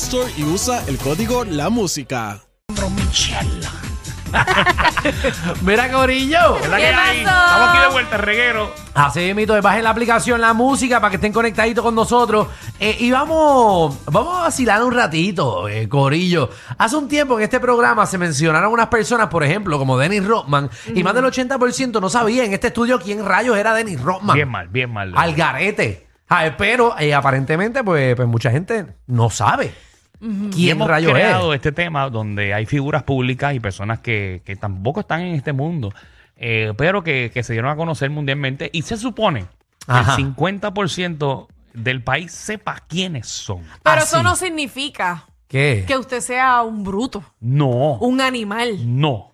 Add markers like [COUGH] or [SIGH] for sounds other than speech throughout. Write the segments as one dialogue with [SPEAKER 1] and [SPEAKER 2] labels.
[SPEAKER 1] Store y usa el código La Música.
[SPEAKER 2] Mira, Corillo.
[SPEAKER 3] la
[SPEAKER 4] ¿Qué
[SPEAKER 3] que hay?
[SPEAKER 4] pasó?
[SPEAKER 3] Estamos aquí de vuelta, el reguero.
[SPEAKER 2] Así mito, bajen la aplicación, la música, para que estén conectaditos con nosotros. Eh, y vamos, vamos a vacilar un ratito, eh, Corillo. Hace un tiempo en este programa se mencionaron unas personas, por ejemplo, como Dennis Rodman, y más del 80% no sabía en este estudio quién rayos era Dennis Rodman.
[SPEAKER 3] Bien mal, bien mal.
[SPEAKER 2] Al garete. Ah, pero eh, aparentemente, pues, pues mucha gente no sabe
[SPEAKER 3] Y
[SPEAKER 2] quién
[SPEAKER 3] hemos
[SPEAKER 2] rayos es.
[SPEAKER 3] creado este tema donde hay figuras públicas y personas que, que tampoco están en este mundo, eh, pero que, que se dieron a conocer mundialmente y se supone
[SPEAKER 2] Ajá.
[SPEAKER 3] que el 50% del país sepa quiénes son.
[SPEAKER 4] Pero
[SPEAKER 2] Así.
[SPEAKER 4] eso no significa
[SPEAKER 2] ¿Qué?
[SPEAKER 4] que usted sea un bruto,
[SPEAKER 3] No,
[SPEAKER 4] un animal.
[SPEAKER 3] no.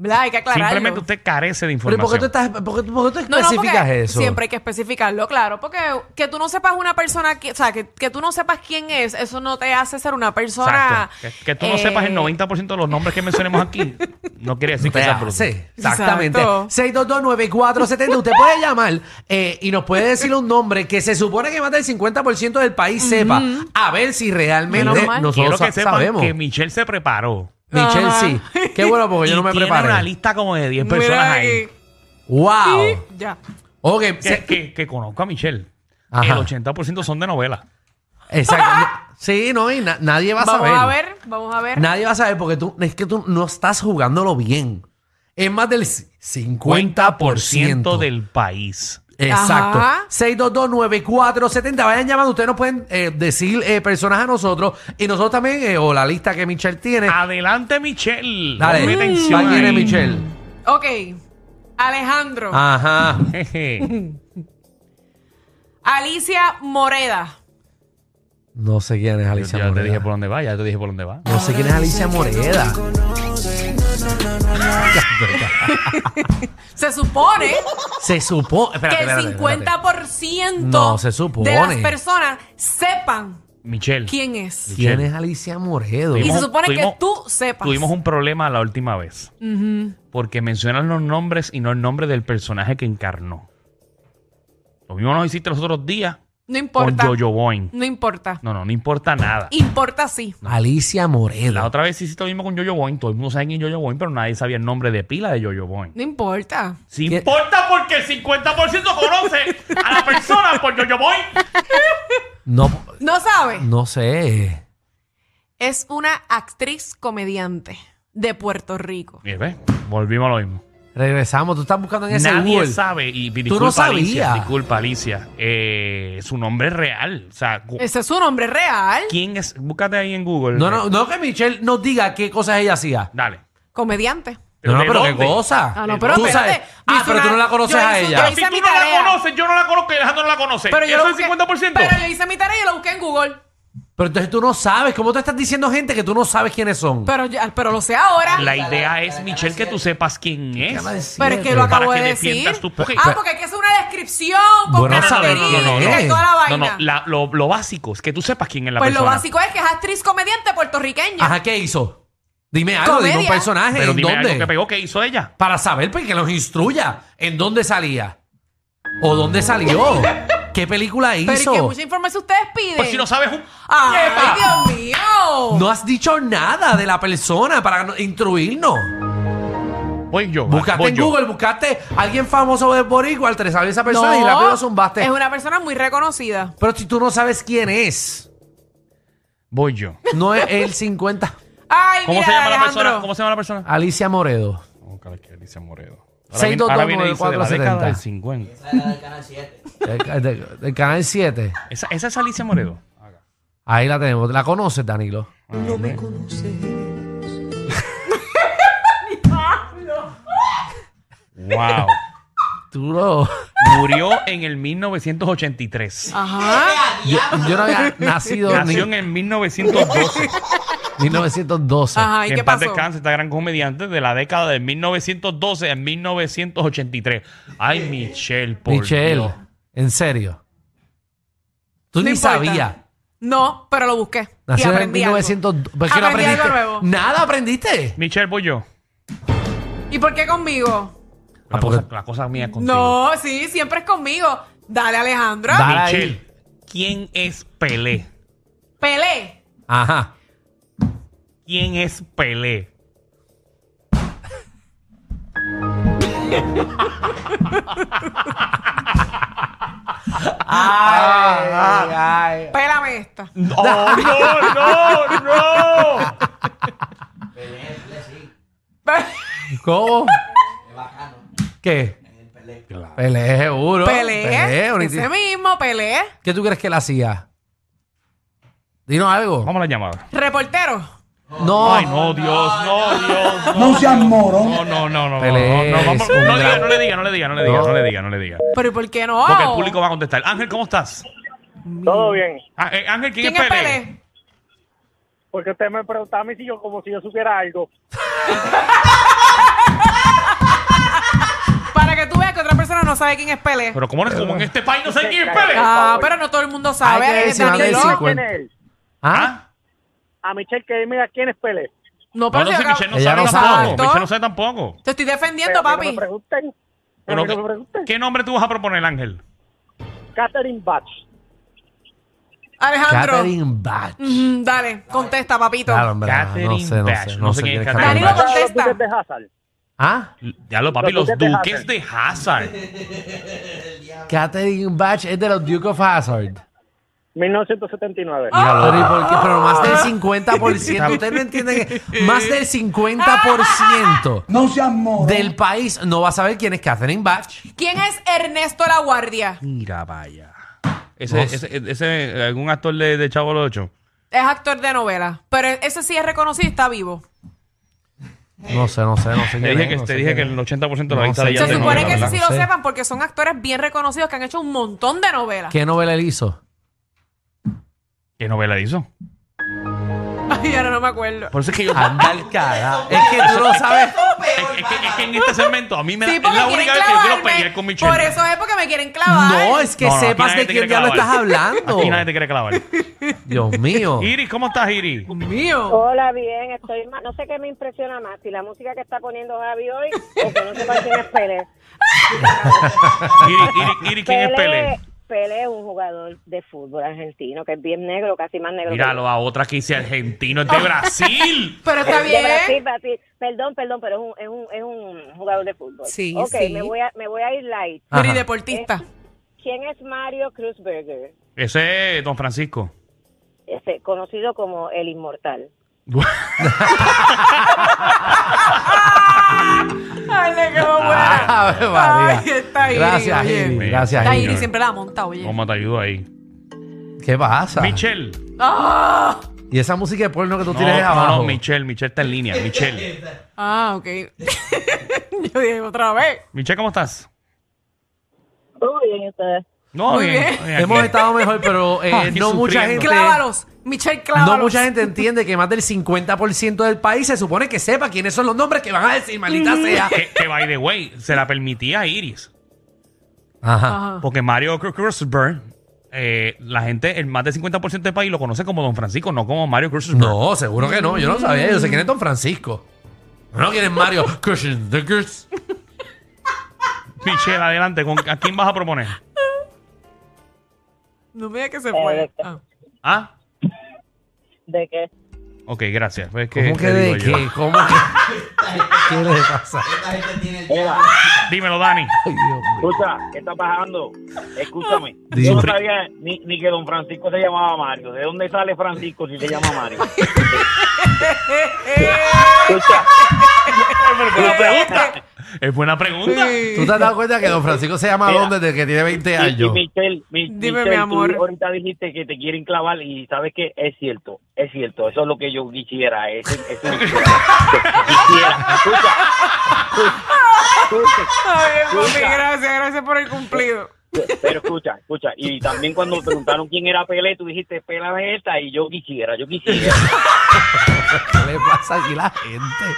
[SPEAKER 4] ¿Verdad? Hay que aclararlo.
[SPEAKER 3] Simplemente usted carece de
[SPEAKER 2] Pero ¿y ¿por qué
[SPEAKER 3] información.
[SPEAKER 2] tú, estás, por qué- por qué tú
[SPEAKER 4] No, no,
[SPEAKER 2] especificas
[SPEAKER 4] porque
[SPEAKER 2] eso?
[SPEAKER 4] siempre hay que especificarlo, claro, porque que tú no sepas una persona, que, o sea, que, que tú no sepas quién es, eso no te hace ser una persona...
[SPEAKER 3] Exacto. Que, que tú no
[SPEAKER 4] eh,
[SPEAKER 3] sepas el 90% de los nombres que mencionemos aquí, no quiere decir que sea bruto.
[SPEAKER 2] Sí, exactamente.
[SPEAKER 4] Exacto.
[SPEAKER 2] 6229470. Usted puede llamar eh, y nos puede decir un nombre que se supone que más del 50% del país sepa. A ver si realmente
[SPEAKER 4] Menos mal.
[SPEAKER 3] Quiero
[SPEAKER 2] nosotros
[SPEAKER 3] que
[SPEAKER 2] sa-
[SPEAKER 3] sepan
[SPEAKER 2] sabemos.
[SPEAKER 3] que Michelle se preparó.
[SPEAKER 2] Michelle
[SPEAKER 4] Ajá.
[SPEAKER 2] sí. Qué bueno porque yo
[SPEAKER 3] Y
[SPEAKER 2] no me
[SPEAKER 3] tiene una
[SPEAKER 2] preparé.
[SPEAKER 3] lista como de 10
[SPEAKER 4] mira
[SPEAKER 3] personas ahí.
[SPEAKER 4] aquí.
[SPEAKER 2] ¡Wow!
[SPEAKER 4] Ya.
[SPEAKER 2] Ok,
[SPEAKER 3] Que,
[SPEAKER 2] se-
[SPEAKER 3] que- que conozco a Michelle.
[SPEAKER 2] Ajá.
[SPEAKER 3] El 80% son de novela.
[SPEAKER 2] exacto. sí, no, y na- nadie va a
[SPEAKER 4] Vamos
[SPEAKER 2] saber.
[SPEAKER 4] a ver, vamos a ver.
[SPEAKER 2] Nadie va a saber porque tú, es que tú no estás jugándolo bien. Es más del 50%
[SPEAKER 3] del país.
[SPEAKER 2] Exacto.
[SPEAKER 4] Ajá.
[SPEAKER 2] 6229470. Vayan llamando. Ustedes nos pueden eh, decir eh, personas a nosotros. Y nosotros también, eh, o la lista que Michelle tiene.
[SPEAKER 3] Adelante, Michelle.
[SPEAKER 2] Dale.
[SPEAKER 3] Ah, Ponme tensión
[SPEAKER 2] ¿Cuál tiene
[SPEAKER 3] ahí.
[SPEAKER 2] Michelle?
[SPEAKER 4] Ok, Alejandro,
[SPEAKER 3] Ah.
[SPEAKER 2] Ajá.
[SPEAKER 3] Jeje.
[SPEAKER 4] Alicia Moreda.
[SPEAKER 2] No sé quién es Alicia
[SPEAKER 3] ya te
[SPEAKER 2] Moreda.
[SPEAKER 3] dije por dónde va, ya te dije por dónde va.
[SPEAKER 2] No sé quién es Alicia Moreda.
[SPEAKER 4] Se supone
[SPEAKER 2] Se supone.
[SPEAKER 4] que
[SPEAKER 2] Espérate,
[SPEAKER 4] el
[SPEAKER 2] espérate, espérate.
[SPEAKER 4] 50%
[SPEAKER 2] No, se supone.
[SPEAKER 4] de las personas sepan
[SPEAKER 3] Michelle.
[SPEAKER 4] quién es.
[SPEAKER 2] ¿Quién es Alicia Moredo?
[SPEAKER 4] Y se
[SPEAKER 3] Tuvimos-
[SPEAKER 4] supone que
[SPEAKER 3] tuvimos-
[SPEAKER 4] tú sepas.
[SPEAKER 3] Tuvimos un problema la última vez. Porque mencionan los nombres y no el nombre del personaje que encarnó. Lo mismo nos hiciste los otros días
[SPEAKER 4] No
[SPEAKER 3] con
[SPEAKER 4] importa.
[SPEAKER 3] Jojo Boing.
[SPEAKER 4] No importa.
[SPEAKER 3] No, no, no importa nada.
[SPEAKER 4] Importa sí.
[SPEAKER 2] Alicia
[SPEAKER 3] La
[SPEAKER 2] Moreda.
[SPEAKER 3] otra vez hiciste lo mismo con Jojo Boing. Todo el mundo sabe quién es Jojo Boing, pero nadie sabía el nombre de pila de Jojo Boing.
[SPEAKER 4] No importa.
[SPEAKER 3] Si
[SPEAKER 2] ¿Qué?
[SPEAKER 3] importa porque el 50% conoce a la persona por yo voy.
[SPEAKER 2] No,
[SPEAKER 4] No sabe.
[SPEAKER 2] no sé.
[SPEAKER 4] Es una actriz comediante de Puerto Rico.
[SPEAKER 3] Volvimos a lo mismo.
[SPEAKER 2] Regresamos. Tú estás buscando en ese
[SPEAKER 3] Nadie
[SPEAKER 2] Google.
[SPEAKER 3] sabe. Y, y disculpa,
[SPEAKER 2] no
[SPEAKER 3] Alicia.
[SPEAKER 2] sabías.
[SPEAKER 3] Disculpa, Alicia. Eh, su nombre es real. O sea, cu-
[SPEAKER 4] Ese es su nombre real.
[SPEAKER 3] ¿quién es? Búscate ahí en Google.
[SPEAKER 2] No, no, no que Michelle nos diga qué cosas ella hacía.
[SPEAKER 3] Dale.
[SPEAKER 4] Comediante.
[SPEAKER 2] No, no,
[SPEAKER 3] ¿De
[SPEAKER 2] pero qué
[SPEAKER 3] dónde?
[SPEAKER 2] cosa.
[SPEAKER 4] Ah, no, pero
[SPEAKER 2] tú
[SPEAKER 4] espérate.
[SPEAKER 2] sabes. Ah,
[SPEAKER 4] Dice
[SPEAKER 2] pero tú
[SPEAKER 4] una-
[SPEAKER 2] no la conoces
[SPEAKER 4] yo
[SPEAKER 2] a
[SPEAKER 4] hice un-
[SPEAKER 3] Pero
[SPEAKER 2] ella.
[SPEAKER 4] yo
[SPEAKER 3] si
[SPEAKER 4] hice
[SPEAKER 3] tú
[SPEAKER 4] mi
[SPEAKER 3] no la
[SPEAKER 4] tarea.
[SPEAKER 3] conoces, yo no la conozco y Alejandro no la conoce.
[SPEAKER 4] Pero yo,
[SPEAKER 3] Eso
[SPEAKER 4] lo
[SPEAKER 3] es
[SPEAKER 4] busqué-
[SPEAKER 3] 50%.
[SPEAKER 4] pero yo hice mi tarea y lo busqué en Google.
[SPEAKER 2] Pero entonces tú no sabes. ¿Cómo te estás diciendo gente que tú no sabes quiénes son?
[SPEAKER 4] Pero, yo- pero lo sé ahora.
[SPEAKER 3] La idea es, Michelle, que tú sepas quién es.
[SPEAKER 4] pero es que lo
[SPEAKER 3] Para
[SPEAKER 4] acabo
[SPEAKER 3] que
[SPEAKER 4] de
[SPEAKER 3] defiendas
[SPEAKER 4] decir.
[SPEAKER 3] tu- porque-
[SPEAKER 4] ah, porque hay que hacer una descripción con
[SPEAKER 2] Bueno, sabemos,
[SPEAKER 4] características
[SPEAKER 2] no, no, no.
[SPEAKER 4] y toda la
[SPEAKER 3] No,
[SPEAKER 4] vaina.
[SPEAKER 3] no, la- lo, lo básico es que tú sepas quién es la
[SPEAKER 4] pues
[SPEAKER 3] persona.
[SPEAKER 4] lo básico es que es actriz comediante puertorriqueña.
[SPEAKER 2] Ajá, ¿qué hizo? Dime algo, dime un
[SPEAKER 4] Comedia.
[SPEAKER 2] personaje.
[SPEAKER 3] Pero
[SPEAKER 2] ¿En
[SPEAKER 3] dime
[SPEAKER 2] dónde?
[SPEAKER 3] algo que pegó, ¿qué hizo ella?
[SPEAKER 2] Para saber, pues, que nos instruya. ¿En dónde salía? ¿O dónde
[SPEAKER 4] [LAUGHS]
[SPEAKER 2] salió? ¿Qué película
[SPEAKER 4] Pero es
[SPEAKER 2] hizo?
[SPEAKER 4] que mucha información ustedes piden.
[SPEAKER 3] Pues si no sabes un...
[SPEAKER 4] ¡Ay,
[SPEAKER 3] ¡Epa!
[SPEAKER 4] Dios mío!
[SPEAKER 2] No has dicho nada de la persona para no- instruirnos.
[SPEAKER 3] Voy yo.
[SPEAKER 2] Buscaste
[SPEAKER 3] voy
[SPEAKER 2] en
[SPEAKER 3] yo.
[SPEAKER 2] Google, buscaste a alguien famoso de Boricua, te sabía esa persona y
[SPEAKER 4] No,
[SPEAKER 2] rápido zumbaste.
[SPEAKER 4] Es una persona muy reconocida.
[SPEAKER 2] Pero si tú no sabes quién es,
[SPEAKER 3] Voy yo.
[SPEAKER 2] no es el 50.
[SPEAKER 4] Ay,
[SPEAKER 3] ¿Cómo
[SPEAKER 4] mira,
[SPEAKER 3] se llama la
[SPEAKER 4] Alejandro.
[SPEAKER 3] persona? ¿Cómo se llama la persona?
[SPEAKER 2] Alicia Moredo.
[SPEAKER 3] Oh, cara, que dice Moredo. Ahora
[SPEAKER 2] 622
[SPEAKER 3] viene, ahora viene y dice de la década
[SPEAKER 2] 9470.
[SPEAKER 3] del 50.
[SPEAKER 5] Esa era del canal 7.
[SPEAKER 2] Del del- del canal 7.
[SPEAKER 3] Esa, esa es Alicia Moredo.
[SPEAKER 2] Ahí la tenemos. ¿La conoces, Danilo?
[SPEAKER 6] No me conoces.
[SPEAKER 3] Wow.
[SPEAKER 2] Tú no.
[SPEAKER 3] [LAUGHS] Murió en el 1983.
[SPEAKER 4] Ah, Ajá.
[SPEAKER 2] Yo, yo no había nacido en
[SPEAKER 3] Nació en el
[SPEAKER 4] [LAUGHS]
[SPEAKER 3] 1912.
[SPEAKER 2] 1912.
[SPEAKER 4] Ajá. ¿Y
[SPEAKER 3] Que
[SPEAKER 4] qué
[SPEAKER 3] en paz
[SPEAKER 4] pasó?
[SPEAKER 3] descanse esta gran comediante de la década de 1912 en 1983. Ay, Michelle, por
[SPEAKER 2] Michelle,
[SPEAKER 3] Dios.
[SPEAKER 2] en serio. Tú
[SPEAKER 4] No
[SPEAKER 2] ni
[SPEAKER 4] importa.
[SPEAKER 2] sabías.
[SPEAKER 4] No, pero lo busqué. y
[SPEAKER 2] Nació en
[SPEAKER 4] aprendí
[SPEAKER 2] 1900. ¿Por qué no
[SPEAKER 4] Aprendí algo
[SPEAKER 2] aprendiste?
[SPEAKER 4] nuevo.
[SPEAKER 2] Nada aprendiste.
[SPEAKER 3] Michelle, voy yo.
[SPEAKER 4] algo. ¿Y por qué conmigo?
[SPEAKER 3] La,
[SPEAKER 2] porque-
[SPEAKER 3] cosa, la cosa mía es contigo.
[SPEAKER 4] No, sí, siempre es conmigo. Dale, Alejandra.
[SPEAKER 2] Da- Dale
[SPEAKER 3] Michelle, ¿quién es Pelé?
[SPEAKER 4] Pelé.
[SPEAKER 2] Ajá.
[SPEAKER 3] ¿Quién es Pelé? [LAUGHS]
[SPEAKER 4] Pélame esta.
[SPEAKER 3] ¡Oh, no, no,
[SPEAKER 4] [LAUGHS]
[SPEAKER 3] no!
[SPEAKER 5] Pelé, Pelé, sí.
[SPEAKER 2] ¿Cómo?
[SPEAKER 5] Es bacano.
[SPEAKER 2] ¿Qué?
[SPEAKER 5] Es el Pelé.
[SPEAKER 2] Pelé, seguro.
[SPEAKER 4] Pelé.
[SPEAKER 2] ahorita.
[SPEAKER 4] ese mismo, Pelé.
[SPEAKER 2] ¿Qué tú crees que él hacía? Dinos algo.
[SPEAKER 3] Vamos a la llamada.
[SPEAKER 4] Reportero.
[SPEAKER 2] No.
[SPEAKER 3] Ay, no, Dios, no, Dios. No,
[SPEAKER 6] seas morón.
[SPEAKER 3] no, no, no, no.
[SPEAKER 2] Pelé,
[SPEAKER 3] No, no, vamos-
[SPEAKER 2] es un
[SPEAKER 3] no diga,
[SPEAKER 2] gran-
[SPEAKER 3] no le diga, no le diga, no le diga, no le diga, no le diga.
[SPEAKER 4] Pero ¿y por qué no?
[SPEAKER 3] Porque el público va a contestar. Ángel, ¿cómo estás?
[SPEAKER 7] Todo bien.
[SPEAKER 3] Ah, eh, Ángel, ¿quién,
[SPEAKER 4] ¿Quién es
[SPEAKER 3] Pelé?
[SPEAKER 4] Pelé?
[SPEAKER 7] Porque usted me preguntaba a mí si yo, como si yo supiera algo.
[SPEAKER 4] Para que tú veas que otra persona no sabe quién es Pelé.
[SPEAKER 3] Pero ¿cómo, no- como en este país no sé quién es Pelé?
[SPEAKER 4] Ah, pero no todo el mundo sabe.
[SPEAKER 2] Hay que
[SPEAKER 4] eh,
[SPEAKER 2] decir, hay que
[SPEAKER 4] Danilo.
[SPEAKER 2] decir.
[SPEAKER 7] ¿Quién
[SPEAKER 2] Cuenta.
[SPEAKER 7] es él?
[SPEAKER 2] ¿Ah?
[SPEAKER 7] A Michelle que dime a quién es Pelé.
[SPEAKER 4] No,
[SPEAKER 3] No,
[SPEAKER 4] pero
[SPEAKER 3] no,
[SPEAKER 4] si
[SPEAKER 3] si
[SPEAKER 4] acabo-
[SPEAKER 3] Michelle no
[SPEAKER 2] Ella
[SPEAKER 3] sabe
[SPEAKER 2] no
[SPEAKER 3] tampoco.
[SPEAKER 2] sabe.
[SPEAKER 3] Michelle no sabe tampoco.
[SPEAKER 4] Te estoy defendiendo,
[SPEAKER 7] Pero a mí
[SPEAKER 4] papi.
[SPEAKER 7] No me pregunten.
[SPEAKER 3] Pero,
[SPEAKER 7] Pero a mí no me pregunten.
[SPEAKER 3] ¿Qué nombre tú vas a proponer, Ángel?
[SPEAKER 7] Catherine Batch.
[SPEAKER 4] Alejandro.
[SPEAKER 2] Catherine Batch.
[SPEAKER 4] Ujú, dale, contesta, papito.
[SPEAKER 2] Claro, hombre, no
[SPEAKER 3] Catherine
[SPEAKER 2] sé, no
[SPEAKER 3] Batch.
[SPEAKER 2] sé,
[SPEAKER 3] No
[SPEAKER 2] no
[SPEAKER 3] sé
[SPEAKER 2] sé
[SPEAKER 3] quién
[SPEAKER 2] quién
[SPEAKER 3] es
[SPEAKER 2] es Catherine
[SPEAKER 3] Catherine
[SPEAKER 4] Danilo
[SPEAKER 2] Batch.
[SPEAKER 7] Ahora los
[SPEAKER 4] Contesta.
[SPEAKER 7] duques de Hazard.
[SPEAKER 2] ¿Ah?
[SPEAKER 3] Ya lo, papi, los
[SPEAKER 7] Los
[SPEAKER 3] duques
[SPEAKER 7] duques
[SPEAKER 3] de Hazard.
[SPEAKER 2] Catherine Batch es de los Duke of Hazard.
[SPEAKER 7] 1979.
[SPEAKER 4] Ah.
[SPEAKER 2] Pero, ¿y por qué? Pero más
[SPEAKER 3] Ah.
[SPEAKER 2] del
[SPEAKER 3] [LAUGHS]
[SPEAKER 2] 50%. Ustedes no entienden que más del
[SPEAKER 3] Ah.
[SPEAKER 2] 50%
[SPEAKER 6] No seas morón.
[SPEAKER 2] del país no va a saber quién es Catherine Batch.
[SPEAKER 4] ¿Quién es Ernesto La Guardia?
[SPEAKER 3] Mira, vaya. Ese,
[SPEAKER 2] No sé.
[SPEAKER 3] ese, ese, algún actor de, de Chavo los Ocho.
[SPEAKER 4] Es actor de novela. Pero ese sí es reconocido y está vivo.
[SPEAKER 2] No sé, no sé, no sé.
[SPEAKER 3] Te
[SPEAKER 2] quién
[SPEAKER 3] dije
[SPEAKER 2] es,
[SPEAKER 3] que,
[SPEAKER 2] no
[SPEAKER 3] te
[SPEAKER 2] sé
[SPEAKER 3] dije que
[SPEAKER 2] quién
[SPEAKER 3] el
[SPEAKER 2] es.
[SPEAKER 3] 80% de la
[SPEAKER 2] No
[SPEAKER 3] lista
[SPEAKER 2] sé.
[SPEAKER 3] de
[SPEAKER 2] Ya
[SPEAKER 4] Se
[SPEAKER 3] ellas de
[SPEAKER 4] supone
[SPEAKER 3] novela,
[SPEAKER 4] que
[SPEAKER 3] ¿verdad?
[SPEAKER 4] ese sí lo
[SPEAKER 2] Sí.
[SPEAKER 4] sepan porque son actores bien reconocidos que han hecho un montón de novelas.
[SPEAKER 2] ¿Qué novela él hizo?
[SPEAKER 3] ¿Qué novela hizo?
[SPEAKER 4] Ay, ahora no me acuerdo.
[SPEAKER 3] Por eso es que yo...
[SPEAKER 2] Anda al carajo. Es que tú lo sabes.
[SPEAKER 3] Es, es que, es que en [LAUGHS] este segmento a mí me da-
[SPEAKER 4] Sí,
[SPEAKER 3] es
[SPEAKER 4] porque
[SPEAKER 3] la
[SPEAKER 4] quieren
[SPEAKER 3] única vez que yo quiero
[SPEAKER 4] clavarme.
[SPEAKER 3] pelear con Michelle.
[SPEAKER 4] Por eso es porque me quieren clavar.
[SPEAKER 2] No, es que
[SPEAKER 3] No, no, aquí
[SPEAKER 2] sepas
[SPEAKER 3] nadie
[SPEAKER 2] de
[SPEAKER 3] te
[SPEAKER 2] quién
[SPEAKER 3] quiere
[SPEAKER 2] ya lo estás
[SPEAKER 3] clavar.
[SPEAKER 2] hablando.
[SPEAKER 3] Aquí nadie te quiere clavar.
[SPEAKER 2] Dios mío.
[SPEAKER 3] Iris, ¿cómo estás, [LAUGHS] Iris?
[SPEAKER 4] mío.
[SPEAKER 8] Hola, bien, estoy más, no sé qué me impresiona más, si la música que está poniendo Javi hoy o que no sepa quién es Pelé.
[SPEAKER 3] Iris, Iris, Iris, [LAUGHS] ¿quién es Pelé?
[SPEAKER 8] Pelé es un jugador de fútbol argentino que es bien negro, casi más negro. que
[SPEAKER 3] Míralo a otra que dice argentino, [LAUGHS] es de Brasil.
[SPEAKER 4] Pero está
[SPEAKER 8] yo. De Brasil,
[SPEAKER 4] bien.
[SPEAKER 8] Brasil. Perdón, perdón, pero es un, es un, es un jugador de fútbol.
[SPEAKER 4] Sí,
[SPEAKER 8] ok,
[SPEAKER 4] sí.
[SPEAKER 8] Me, voy a, me voy a ir light.
[SPEAKER 2] Ajá.
[SPEAKER 4] Pero y deportista.
[SPEAKER 8] ¿Quién es Mario Kruzberger?
[SPEAKER 3] Ese es Don Francisco.
[SPEAKER 8] Este, conocido como el inmortal.
[SPEAKER 4] Ay, le quedó buena.
[SPEAKER 2] Ah, Ave María.
[SPEAKER 4] Ay, está Iris,
[SPEAKER 2] Gracias,
[SPEAKER 4] oye.
[SPEAKER 2] Iris.
[SPEAKER 3] Mira.
[SPEAKER 2] Gracias,
[SPEAKER 4] La
[SPEAKER 2] Iris.
[SPEAKER 4] Iris siempre la monta, oye.
[SPEAKER 3] ¿Cómo te ayudo ahí?
[SPEAKER 2] ¿Qué pasa?
[SPEAKER 3] Michelle.
[SPEAKER 4] Ah,
[SPEAKER 2] Y esa música de porno que tú
[SPEAKER 3] No,
[SPEAKER 2] tienes
[SPEAKER 3] no,
[SPEAKER 2] abajo.
[SPEAKER 3] no, Michelle, Michelle está en [LAUGHS] línea. Michelle.
[SPEAKER 4] ah ok. [LAUGHS] Yo dije otra vez.
[SPEAKER 3] Michelle, ¿cómo estás?
[SPEAKER 8] Muy bien, ustedes.
[SPEAKER 3] No,
[SPEAKER 4] Muy bien.
[SPEAKER 3] aquí.
[SPEAKER 2] Hemos estado mejor,
[SPEAKER 3] [LAUGHS]
[SPEAKER 2] pero eh,
[SPEAKER 3] Aquí
[SPEAKER 2] no mucha
[SPEAKER 3] sufriendo.
[SPEAKER 2] gente.
[SPEAKER 4] Clávalos. Michelle, clávalos.
[SPEAKER 2] No mucha gente entiende que más del 50% del país se supone que sepa quiénes son los nombres que van a decir, maldita
[SPEAKER 4] Mm. [LAUGHS]
[SPEAKER 2] sea.
[SPEAKER 3] Que, que, by the way, se la permitía a Iris.
[SPEAKER 2] Ajá.
[SPEAKER 4] Ajá.
[SPEAKER 3] Porque Mario Cru- Cruzberg, eh, la gente, el más del 50% del país lo conoce como Don Francisco, no como Mario Cruzberg.
[SPEAKER 2] No, seguro que no. Yo no sabía.
[SPEAKER 4] Mm.
[SPEAKER 2] Yo sé quién es Don Francisco. No quién es
[SPEAKER 4] [LAUGHS]
[SPEAKER 2] Mario. Cushion, the Gers-
[SPEAKER 3] Michelle, adelante. ¿con- ¿A quién vas a proponer?
[SPEAKER 4] No me digas que se fue.
[SPEAKER 8] Eh,
[SPEAKER 4] Ah.
[SPEAKER 3] ¿Ah?
[SPEAKER 8] ¿De qué?
[SPEAKER 3] Ok, gracias. Pues es que
[SPEAKER 2] ¿Cómo que
[SPEAKER 3] le digo
[SPEAKER 2] de
[SPEAKER 3] yo.
[SPEAKER 2] qué? ¿Cómo que? ¿Qué le pasa?
[SPEAKER 5] Esta gente tiene el
[SPEAKER 7] Mira,
[SPEAKER 3] Dímelo, Dani.
[SPEAKER 2] Ay, Dios mío.
[SPEAKER 7] escucha, ¿qué está pasando? Escúchame.
[SPEAKER 2] Dime.
[SPEAKER 7] Yo no sabía ni, ni que don Francisco se llamaba Mario. ¿De dónde sale Francisco si se llama
[SPEAKER 2] [LAUGHS]
[SPEAKER 7] Mario?
[SPEAKER 4] Ah. [LAUGHS]
[SPEAKER 7] escucha,
[SPEAKER 3] Es buena pregunta. Es buena pregunta.
[SPEAKER 2] ¿Tú te has dado cuenta que don Francisco se llama
[SPEAKER 7] Mira.
[SPEAKER 2] Don desde que tiene 20
[SPEAKER 7] y, y
[SPEAKER 2] años?
[SPEAKER 7] Michelle, mi,
[SPEAKER 4] Dime,
[SPEAKER 7] Michelle,
[SPEAKER 4] mi
[SPEAKER 7] tú
[SPEAKER 4] amor.
[SPEAKER 7] ahorita dijiste que te quieren clavar y sabes que es cierto, es cierto. Eso es lo que yo quisiera. Es, es- es- quisiera. Escucha, escucha.
[SPEAKER 4] Ay, papi,
[SPEAKER 7] Escucha.
[SPEAKER 4] gracias, gracias por el cumplido.
[SPEAKER 7] Pero escucha, escucha. Y también cuando preguntaron quién era Pelé, tú dijiste Pelé es esta y yo quisiera,
[SPEAKER 2] [LAUGHS]
[SPEAKER 7] yo quisiera.
[SPEAKER 2] ¿Qué le pasa aquí a la gente?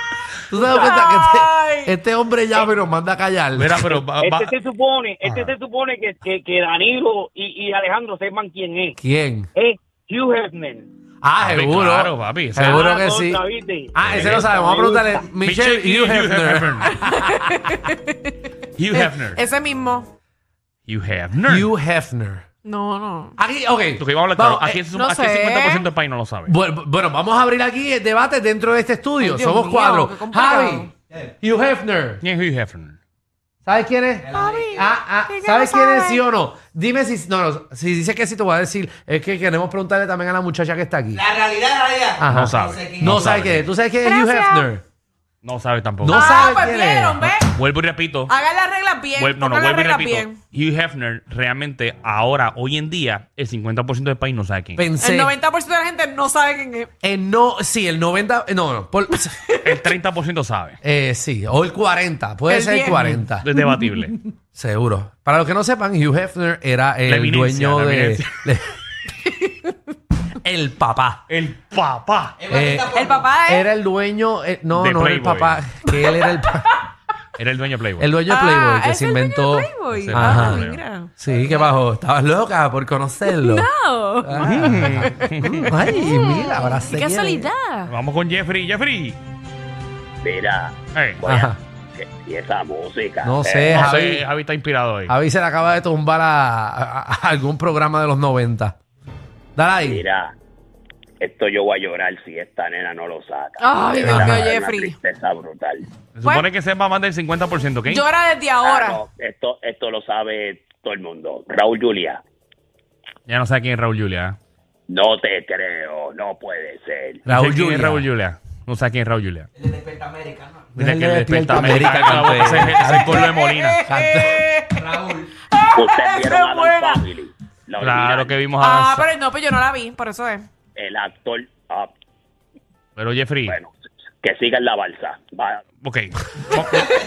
[SPEAKER 2] ¿Tú te das cuenta que este,
[SPEAKER 4] Ay.
[SPEAKER 2] este hombre llama y nos manda a callar?
[SPEAKER 3] Mira, pero
[SPEAKER 2] Ah,
[SPEAKER 3] va- va-
[SPEAKER 7] Este se supone, este
[SPEAKER 3] Ajá.
[SPEAKER 7] se supone que, que, que Danilo y, y Alejandro sepan quién es.
[SPEAKER 2] ¿Quién?
[SPEAKER 7] Es Hugh Hefner.
[SPEAKER 2] Ah,
[SPEAKER 3] Papi,
[SPEAKER 2] seguro.
[SPEAKER 3] claro, papi, ese-
[SPEAKER 2] Seguro
[SPEAKER 7] Ah,
[SPEAKER 2] que
[SPEAKER 7] no,
[SPEAKER 2] sí.
[SPEAKER 7] ¿sabiste?
[SPEAKER 2] Ah, ese lo sabe. Vamos a preguntarle. Michelle
[SPEAKER 3] Michelle
[SPEAKER 2] Hugh Hefner.
[SPEAKER 3] [LAUGHS] Hugh Hefner.
[SPEAKER 4] Ese mismo.
[SPEAKER 3] Hugh Hefner.
[SPEAKER 2] Hugh Hefner.
[SPEAKER 4] No, no.
[SPEAKER 2] Aquí, ok.
[SPEAKER 3] Tú que vamos a hablar
[SPEAKER 2] Vamos,
[SPEAKER 3] claro. Aquí,
[SPEAKER 2] eh,
[SPEAKER 3] es,
[SPEAKER 4] no
[SPEAKER 3] aquí
[SPEAKER 4] sé.
[SPEAKER 3] el 50% del país no lo sabe.
[SPEAKER 2] bueno, bueno, vamos a abrir aquí el debate dentro de este estudio.
[SPEAKER 4] Ay, Dios
[SPEAKER 2] Somos
[SPEAKER 4] mío,
[SPEAKER 2] cuatro.
[SPEAKER 4] qué complicado.
[SPEAKER 2] Javi, Hugh Hefner.
[SPEAKER 3] ¿Quién es Hugh Hefner?
[SPEAKER 2] ¿Sabes quién es? Ah, ah,
[SPEAKER 4] ¿Quién que
[SPEAKER 2] ¿sabes
[SPEAKER 4] no
[SPEAKER 2] quién es
[SPEAKER 4] sabe?
[SPEAKER 2] sí o no? Dime si no, no, si dice que sí te voy a decir, es que queremos preguntarle también a la muchacha que está aquí.
[SPEAKER 5] La realidad, la realidad.
[SPEAKER 2] Ajá.
[SPEAKER 3] No sabe.
[SPEAKER 5] sé quién
[SPEAKER 2] Ah, No,
[SPEAKER 3] No
[SPEAKER 2] sabe
[SPEAKER 3] sabe.
[SPEAKER 2] quién es. ¿Tú sabes quién es Hugh
[SPEAKER 4] Gracias.
[SPEAKER 2] Hefner?
[SPEAKER 3] No sabe tampoco.
[SPEAKER 2] No
[SPEAKER 4] ah,
[SPEAKER 2] sabe
[SPEAKER 4] pues
[SPEAKER 2] quién es.
[SPEAKER 4] vieron, ¿ves?
[SPEAKER 3] Vuelvo y repito.
[SPEAKER 4] Hagan las reglas bien.
[SPEAKER 3] Vuel- no, no,
[SPEAKER 4] pongan las
[SPEAKER 3] vuelvo y
[SPEAKER 4] reglas
[SPEAKER 3] repito.
[SPEAKER 4] bien.
[SPEAKER 3] Hugh Hefner realmente ahora, hoy en día, el 50% del país no sabe quién. es.
[SPEAKER 2] Pensé.
[SPEAKER 4] El 90% de la gente no sabe quién es.
[SPEAKER 2] Eh, no, sí, el 90, eh, no, no, por-
[SPEAKER 3] El 30% sabe.
[SPEAKER 2] [LAUGHS] eh, sí, o el 40, puede
[SPEAKER 4] El
[SPEAKER 2] ser el
[SPEAKER 4] 10.
[SPEAKER 2] 40,
[SPEAKER 3] Es debatible.
[SPEAKER 2] seguro. Para los que no sepan, Hugh Hefner era
[SPEAKER 3] La
[SPEAKER 2] el
[SPEAKER 3] eminencia,
[SPEAKER 2] dueño
[SPEAKER 3] la
[SPEAKER 2] de... [LAUGHS]
[SPEAKER 3] eminencia.
[SPEAKER 2] el papá.
[SPEAKER 3] El papá.
[SPEAKER 5] Es bastante
[SPEAKER 2] Eh,
[SPEAKER 5] por-
[SPEAKER 4] El papá es.
[SPEAKER 2] Era el dueño, eh, no,
[SPEAKER 3] De
[SPEAKER 2] no era el
[SPEAKER 3] Playboy.
[SPEAKER 2] papá, que él era el, pa-
[SPEAKER 3] Era el dueño de Playboy.
[SPEAKER 2] el dueño de
[SPEAKER 4] Ah,
[SPEAKER 2] Playboy, que
[SPEAKER 4] es
[SPEAKER 2] se
[SPEAKER 4] el dueño de
[SPEAKER 2] inventó...
[SPEAKER 4] Playboy.
[SPEAKER 3] Ese
[SPEAKER 4] Ah,
[SPEAKER 2] Ajá.
[SPEAKER 4] mira.
[SPEAKER 2] Sí, que bajó. Estabas loca por conocerlo.
[SPEAKER 4] No.
[SPEAKER 2] Ah. Ay, mira, ahora sé
[SPEAKER 4] Qué
[SPEAKER 2] quién es.
[SPEAKER 4] casualidad.
[SPEAKER 3] Vamos con Jeffrey. Jeffrey.
[SPEAKER 7] Mira,
[SPEAKER 3] Hey.
[SPEAKER 2] Ajá.
[SPEAKER 7] y esa música.
[SPEAKER 2] No sé,
[SPEAKER 3] Eh, no
[SPEAKER 2] Pues, Javi.
[SPEAKER 3] sé, Javi está inspirado hoy.
[SPEAKER 2] Javi se le acaba de tumbar a, a- a algún programa de los 90. Dale ahí.
[SPEAKER 7] Mira, esto yo voy a llorar si esta nena no lo saca.
[SPEAKER 4] Ay, Dios
[SPEAKER 2] Ajá.
[SPEAKER 4] mío,
[SPEAKER 2] Una
[SPEAKER 4] Jeffrey.
[SPEAKER 7] tristeza brutal.
[SPEAKER 3] Se supone que sepa más del 50%, ¿ok?
[SPEAKER 4] Llora desde ahora.
[SPEAKER 7] esto, esto lo sabe todo el mundo. Raúl Julia,
[SPEAKER 3] Ya no sabe quién es Raúl Julia. ¿eh?
[SPEAKER 7] no te creo, no puede
[SPEAKER 4] [LAUGHS]
[SPEAKER 7] ser.
[SPEAKER 2] Raúl
[SPEAKER 3] ¿Quién
[SPEAKER 2] Julia.
[SPEAKER 3] es Raúl Julia? No sabe quién es Raúl Julia.
[SPEAKER 5] El de Despierta América, ¿no?
[SPEAKER 3] Desde que
[SPEAKER 2] Déjale
[SPEAKER 3] el
[SPEAKER 2] despierta
[SPEAKER 3] despierta
[SPEAKER 2] América,
[SPEAKER 3] América acabó, ese
[SPEAKER 2] campeón.
[SPEAKER 3] ese es el pueblo de
[SPEAKER 4] [LAUGHS]
[SPEAKER 3] Molina.
[SPEAKER 4] Eh,
[SPEAKER 5] Raúl.
[SPEAKER 7] Ustedes
[SPEAKER 4] Esa es
[SPEAKER 7] vieron a Don
[SPEAKER 4] ¡Ah, buena.
[SPEAKER 7] Family. la
[SPEAKER 3] Claro
[SPEAKER 7] original.
[SPEAKER 3] que vimos a
[SPEAKER 4] Ah,
[SPEAKER 3] pero...
[SPEAKER 4] pero no, pues yo no la vi, por eso es.
[SPEAKER 7] El actor, ah,
[SPEAKER 3] Jeffrey,
[SPEAKER 7] bueno, que siga en la balsa. Va-
[SPEAKER 3] ok.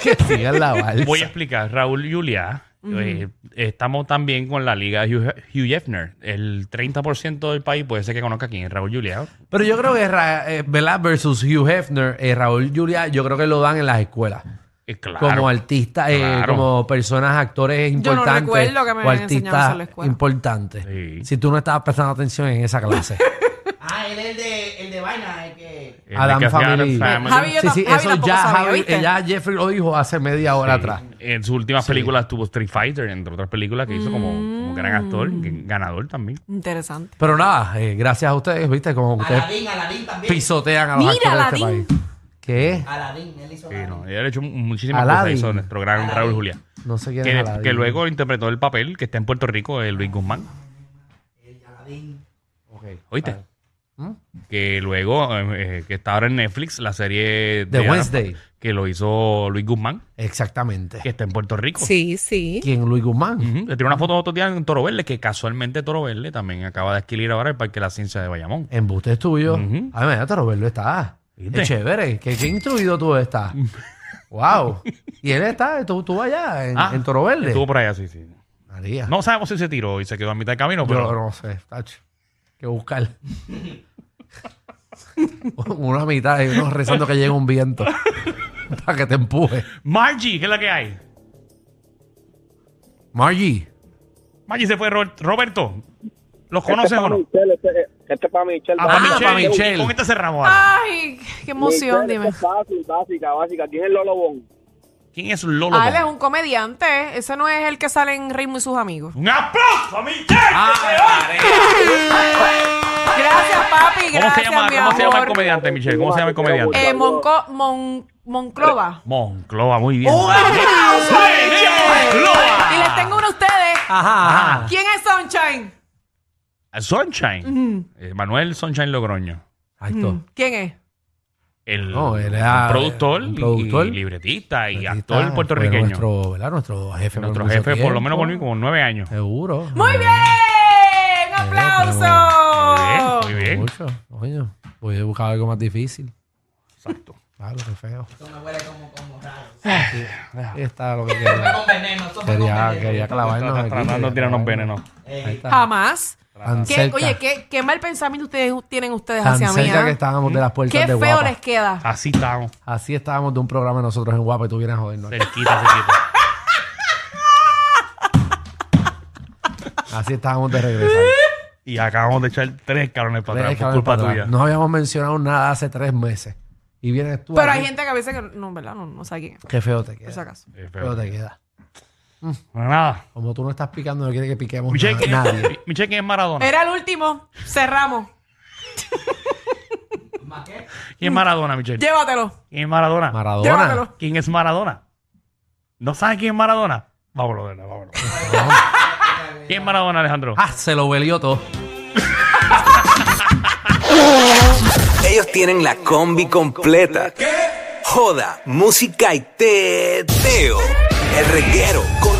[SPEAKER 2] Que siga
[SPEAKER 3] [LAUGHS]
[SPEAKER 2] la balsa.
[SPEAKER 3] Voy a explicar. Raúl Julia, eh, estamos también con la liga Hugh, Hugh Hefner. El 30% del país puede ser que conozca quién es Raúl Julia.
[SPEAKER 2] Pero yo creo que, Ra- eh, ¿verdad? Versus Hugh Hefner, eh, Raúl Julia, yo creo que lo dan en las escuelas.
[SPEAKER 3] Eh, claro.
[SPEAKER 2] Como artistas, eh,
[SPEAKER 3] Claro.
[SPEAKER 2] como personas, actores
[SPEAKER 4] no
[SPEAKER 2] importantes.
[SPEAKER 4] recuerdo que me
[SPEAKER 2] o
[SPEAKER 4] hayan enseñado eso en la
[SPEAKER 2] artistas
[SPEAKER 4] escuela.
[SPEAKER 2] importantes.
[SPEAKER 3] Sí.
[SPEAKER 2] Si tú no estabas prestando atención en esa
[SPEAKER 3] [LAUGHS]
[SPEAKER 2] clase.
[SPEAKER 5] Ah, él es el de, el de vaina, el que...
[SPEAKER 3] El de
[SPEAKER 2] Adam
[SPEAKER 3] Café
[SPEAKER 2] Family.
[SPEAKER 3] Adam
[SPEAKER 4] Javi, yo
[SPEAKER 2] sí, sí,
[SPEAKER 4] tam- Javi
[SPEAKER 2] eso
[SPEAKER 4] tampoco
[SPEAKER 2] ya,
[SPEAKER 4] sabía,
[SPEAKER 2] Javi- eh,
[SPEAKER 4] ¿viste?
[SPEAKER 2] ya Jeffrey lo dijo hace media hora
[SPEAKER 3] Sí.
[SPEAKER 2] atrás.
[SPEAKER 3] En sus últimas películas tuvo Street Fighter, entre otras películas que hizo como, como
[SPEAKER 2] Mm.
[SPEAKER 3] gran actor, que- ganador también.
[SPEAKER 4] Interesante.
[SPEAKER 2] Pero nada, eh, gracias a ustedes, ¿viste? Como ustedes
[SPEAKER 5] Aladín, Aladín también.
[SPEAKER 2] pisotean a los
[SPEAKER 4] Mira,
[SPEAKER 2] actores de
[SPEAKER 4] Aladín.
[SPEAKER 2] este país. ¿Qué?
[SPEAKER 5] Aladín, él hizo
[SPEAKER 3] Sí,
[SPEAKER 5] Aladín.
[SPEAKER 3] Eh, no, ella ha hecho muchísimas
[SPEAKER 2] Aladdin.
[SPEAKER 3] cosas, hizo nuestro gran Raúl Julia.
[SPEAKER 2] No sé quién es
[SPEAKER 3] Que,
[SPEAKER 2] Aladín.
[SPEAKER 3] que luego interpretó el papel que está en Puerto Rico de Luis Guzmán.
[SPEAKER 5] El Aladín.
[SPEAKER 2] Ok,
[SPEAKER 3] ¿Oíste?
[SPEAKER 2] vale. ¿Mm?
[SPEAKER 3] Que luego, eh, eh, que está ahora en Netflix, la serie
[SPEAKER 2] The
[SPEAKER 3] Ana-
[SPEAKER 2] Wednesday.
[SPEAKER 3] que lo hizo Luis Guzmán,
[SPEAKER 2] Exactamente.
[SPEAKER 3] que está en Puerto Rico.
[SPEAKER 4] Sí, sí.
[SPEAKER 2] ¿Quién? Luis Guzmán.
[SPEAKER 3] Ujú, Le tiré una foto otro día en Toro Verde, que casualmente Toro Verde también acaba de adquirir ahora el Parque de la Ciencia de Bayamón.
[SPEAKER 2] En Buste tuyo.
[SPEAKER 3] Ujú.
[SPEAKER 2] A ver, te Roberto está.
[SPEAKER 3] ¿Viste?
[SPEAKER 2] Es chévere. ¿Qué, qué instruido tú
[SPEAKER 3] [LAUGHS]
[SPEAKER 2] estás. wow. Y él está, tú, tú allá en,
[SPEAKER 3] Ah,
[SPEAKER 2] en Toro Verde.
[SPEAKER 3] Estuvo por allá, sí, sí.
[SPEAKER 2] María.
[SPEAKER 3] No sabemos si se tiró y se quedó a mitad de camino, pero...
[SPEAKER 2] Yo no sé, tacho. Que buscar. [LAUGHS] una mitad y uno rezando que llegue un viento. [LAUGHS] para que te empuje.
[SPEAKER 3] Margie, ¿qué es la que hay?
[SPEAKER 2] Margie.
[SPEAKER 3] Maggi se fue, Robert- Roberto. ¿Los conoces o no?
[SPEAKER 7] Michelle, este, es para Michelle.
[SPEAKER 3] Ah, pa'
[SPEAKER 2] Ah,
[SPEAKER 3] Michelle.
[SPEAKER 2] pa' Michelle.
[SPEAKER 3] Y Con esta cerramos
[SPEAKER 4] Ah.
[SPEAKER 3] ahora.
[SPEAKER 4] Ay, qué emoción, dime.
[SPEAKER 7] Fácil, básica, básica. ¿Quién es Lolo Bon?
[SPEAKER 3] ¿Quién es Lolo?
[SPEAKER 4] Ah, él es
[SPEAKER 3] Bon?
[SPEAKER 4] un comediante. Ese no es el que sale en Ritmo y sus amigos.
[SPEAKER 3] ¡Un aplauso a Michelle!
[SPEAKER 2] Ah,
[SPEAKER 4] Gracias, papi.
[SPEAKER 3] ¿Cómo se
[SPEAKER 4] Gracias,
[SPEAKER 3] llama?
[SPEAKER 4] mi
[SPEAKER 3] ¿Cómo ¿Cómo se llama el
[SPEAKER 4] amor.
[SPEAKER 3] comediante, Michelle? ¿Cómo se llama el comediante?
[SPEAKER 4] Eh, Monco- Mon- Monclova.
[SPEAKER 3] Moncloa, muy bien.
[SPEAKER 2] ¡Un aplauso, Michelle!
[SPEAKER 4] Y les tengo uno a ustedes.
[SPEAKER 2] Ajá, ajá.
[SPEAKER 4] ¿Quién es Sunshine?
[SPEAKER 3] Sunshine. Eh, Manuel Sunshine Logroño.
[SPEAKER 2] Exacto.
[SPEAKER 4] Mm, ¿Quién es?
[SPEAKER 3] El,
[SPEAKER 2] No, él era,
[SPEAKER 3] un productor,
[SPEAKER 2] eh, un
[SPEAKER 3] y-
[SPEAKER 2] productor.
[SPEAKER 3] y libretista y
[SPEAKER 2] Artista,
[SPEAKER 3] actor puertorriqueño.
[SPEAKER 2] fue
[SPEAKER 3] Nuestro,
[SPEAKER 2] Nuestro, ¿verdad? Nuestro jefe. mucho
[SPEAKER 3] jefe, por lo menos por mí,
[SPEAKER 2] tiempo.
[SPEAKER 3] como nueve años.
[SPEAKER 2] Seguro.
[SPEAKER 4] ¡Muy bien! ¡Un ¡Oh! aplauso!
[SPEAKER 3] Muy bien, muy bien.
[SPEAKER 2] Mucho. Oye, voy a buscar algo más difícil.
[SPEAKER 3] Exacto.
[SPEAKER 2] Claro, qué feo.
[SPEAKER 5] Eso me huele como, como raro.
[SPEAKER 2] Ahí está lo que
[SPEAKER 5] Fue
[SPEAKER 2] quería.
[SPEAKER 5] con veneno, eso fue con
[SPEAKER 2] Quería,
[SPEAKER 5] veneno.
[SPEAKER 2] quería clavarnos
[SPEAKER 3] Estás
[SPEAKER 2] aquí.
[SPEAKER 3] tratando de
[SPEAKER 2] quería
[SPEAKER 3] tirarnos
[SPEAKER 2] clavarnos.
[SPEAKER 3] venenos.
[SPEAKER 5] Ey.
[SPEAKER 2] Ahí está.
[SPEAKER 4] Jamás.
[SPEAKER 2] Tan
[SPEAKER 4] ¿Qué-
[SPEAKER 2] cerca,
[SPEAKER 4] oye, qué, qué mal pensamiento ustedes tienen ustedes
[SPEAKER 2] tan
[SPEAKER 4] hacia mí.
[SPEAKER 2] cerca
[SPEAKER 4] ¿ah?
[SPEAKER 2] que estábamos de las puertas
[SPEAKER 4] Qué
[SPEAKER 2] de
[SPEAKER 4] feo
[SPEAKER 2] Guapa.
[SPEAKER 4] les queda.
[SPEAKER 3] Así estamos.
[SPEAKER 2] Así estábamos de un programa nosotros en Guapa y tú vienes a jodernos.
[SPEAKER 3] Cerquita, cerquita.
[SPEAKER 2] Así estábamos de
[SPEAKER 3] [LAUGHS]
[SPEAKER 2] regresar.
[SPEAKER 3] Y acabamos de echar tres cabrones para
[SPEAKER 2] Tres
[SPEAKER 3] atrás
[SPEAKER 2] cabrones
[SPEAKER 3] por culpa
[SPEAKER 2] para atrás.
[SPEAKER 3] tuya.
[SPEAKER 2] No habíamos mencionado nada hace tres meses. Y vienes tú
[SPEAKER 4] Pero
[SPEAKER 2] aquí.
[SPEAKER 4] hay gente que a veces que no, en verdad, no, no sabe quién es.
[SPEAKER 2] Qué feo te
[SPEAKER 4] Por
[SPEAKER 2] queda.
[SPEAKER 4] si acaso.
[SPEAKER 3] Eh, pero-
[SPEAKER 2] Feo te queda.
[SPEAKER 3] Bueno, nada.
[SPEAKER 2] Como tú no estás picando, no quiere que piquemos
[SPEAKER 3] Michelle,
[SPEAKER 2] na- nadie.
[SPEAKER 3] ¿quién- Michelle, ¿quién es Maradona?
[SPEAKER 4] Era el último. Cerramos.
[SPEAKER 3] ¿Quién es Maradona, Michelle?
[SPEAKER 4] Llévatelo.
[SPEAKER 3] ¿Quién es Maradona?
[SPEAKER 2] Maradona.
[SPEAKER 4] Llévatelo.
[SPEAKER 3] ¿Quién es Maradona? ¿No sabes quién es Maradona? Vámonos, nena, vámonos. ¿Quién es Maradona, Alejandro?
[SPEAKER 2] Ah, se lo velió todo.
[SPEAKER 9] Ellos tienen la combi completa. Joda, música y teo. El reguero con